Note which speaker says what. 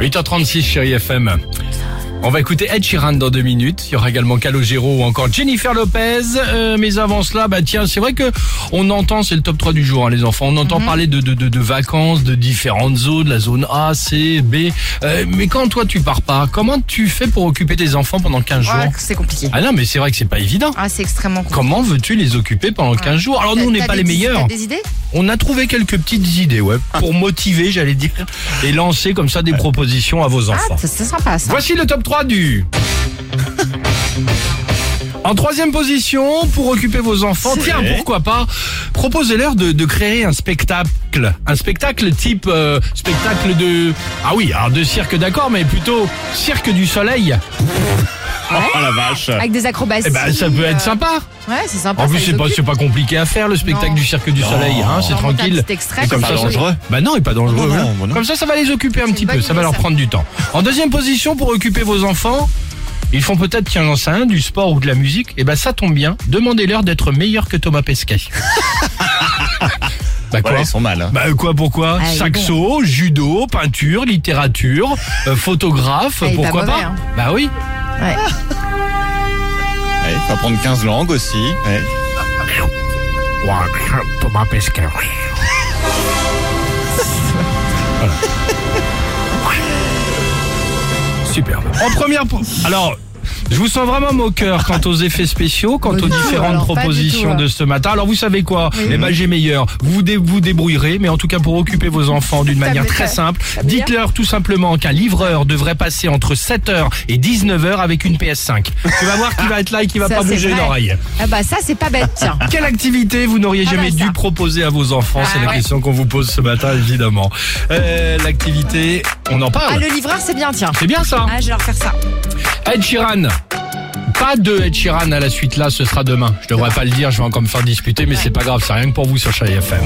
Speaker 1: 8h36 chérie FM. On va écouter Ed Sheeran dans deux minutes. Il y aura également Calogero ou encore Jennifer Lopez. Euh, mais avant cela, bah tiens, c'est vrai que on entend, c'est le top 3 du jour, hein, les enfants. On
Speaker 2: Mhm.
Speaker 1: entend parler de, de, de, de vacances, de différentes zones, la zone A, C, B. Euh, mais quand toi tu pars pas, comment tu fais pour occuper tes enfants pendant 15 jours
Speaker 2: Ouais, c'est compliqué.
Speaker 1: Ah non, mais c'est vrai que c'est pas évident.
Speaker 2: Ah, c'est extrêmement compliqué.
Speaker 1: Comment veux-tu les occuper pendant 15 jours Alors nous, on n'est
Speaker 2: T'as
Speaker 1: pas
Speaker 2: des-
Speaker 1: les meilleurs.
Speaker 2: t'as des idées
Speaker 1: On a trouvé quelques petites idées, ouais, pour motiver, j'allais dire, et lancer comme ça des propositions à vos
Speaker 2: Ah,
Speaker 1: enfants.
Speaker 2: c'est c'est sympa ça.
Speaker 1: Voici le top 3 du. En troisième position, pour occuper vos enfants, tiens, pourquoi pas, proposez-leur de, de créer un spectacle. Un spectacle type euh, spectacle de... Ah oui, alors de cirque d'accord, mais plutôt cirque du soleil.
Speaker 3: Oh la vache
Speaker 2: Avec des acrobaties.
Speaker 1: Eh ben, ça peut
Speaker 2: euh,
Speaker 1: être sympa.
Speaker 2: Ouais, c'est sympa.
Speaker 1: En
Speaker 2: Ah, ça
Speaker 1: plus,
Speaker 2: les
Speaker 1: c'est pas,
Speaker 2: occupe.
Speaker 1: c'est pas compliqué à faire, le spectacle
Speaker 2: Non.
Speaker 1: du cirque du soleil, hein, c'est
Speaker 2: On remonte un
Speaker 1: tranquille.
Speaker 2: petit extrait,
Speaker 1: Et
Speaker 2: comme ça,
Speaker 1: ça- Bah non, il est pas dangereux.
Speaker 3: Non, non,
Speaker 1: hein.
Speaker 3: bah non.
Speaker 1: Comme ça, ça va les occuper un
Speaker 2: C'est
Speaker 1: petit
Speaker 2: une
Speaker 1: peu.
Speaker 2: bonne
Speaker 1: Ça va
Speaker 2: idée,
Speaker 1: leur
Speaker 2: ça.
Speaker 1: prendre du temps. En deuxième position, pour occuper vos enfants, ils font peut-être, tiens, j'en sais un, du sport ou de la musique. Et ben ça tombe bien. Demandez-leur d'être meilleurs que Thomas Pesquet. bah quoi
Speaker 3: Voilà, ils sont mal. hein.
Speaker 1: bah quoi pourquoi
Speaker 2: Ah, il est
Speaker 1: Saxo, judo, peinture, littérature, euh, photographe,
Speaker 2: Ah, il est pas
Speaker 1: pourquoi
Speaker 2: mauvais,
Speaker 1: pas
Speaker 2: hein.
Speaker 1: Bah oui.
Speaker 2: Ouais.
Speaker 3: Ouais, faut apprendre 15 langues aussi. Ouais.
Speaker 1: Thomas Pesquet. Voilà. Superbe. En première. po- Alors. Je vous sens vraiment moqueur quant aux effets spéciaux, quant
Speaker 2: Bah
Speaker 1: aux
Speaker 2: non,
Speaker 1: différentes
Speaker 2: alors, pas du
Speaker 1: propositions
Speaker 2: tout, hein.
Speaker 1: de ce matin. Alors vous savez quoi Eh ben j'ai meilleur. Vous dé- vous débrouillerez, mais en tout cas pour occuper vos enfants d'une manière très simple, dites-leur tout simplement qu'un livreur devrait passer entre 7h et 19h avec une PS5. Tu vas voir qu'il va être là et qu'il va
Speaker 2: Ça,
Speaker 1: pas
Speaker 2: c'est
Speaker 1: bouger Ah une
Speaker 2: vrai.
Speaker 1: oreille.
Speaker 2: Ah bah ça, c'est pas bête, tiens.
Speaker 1: Quelle activité vous n'auriez
Speaker 2: Ah
Speaker 1: jamais
Speaker 2: bah ça.
Speaker 1: dû proposer à vos enfants C'est
Speaker 2: Ah
Speaker 1: la
Speaker 2: ouais.
Speaker 1: question qu'on vous pose ce matin, évidemment. Euh, L'activité, on en
Speaker 2: Ah,
Speaker 1: parle.
Speaker 2: le livreur, c'est bien, tiens.
Speaker 1: C'est bien ça.
Speaker 2: Ah, je vais leur faire ça. Ah.
Speaker 1: Ed Sheeran. Pas de Ed Sheeran à la
Speaker 2: Ah.
Speaker 1: suite là, ce sera demain. Je devrais pas le dire, je vais encore me faire disputer, mais c'est pas grave, c'est rien que pour vous sur Chai FM.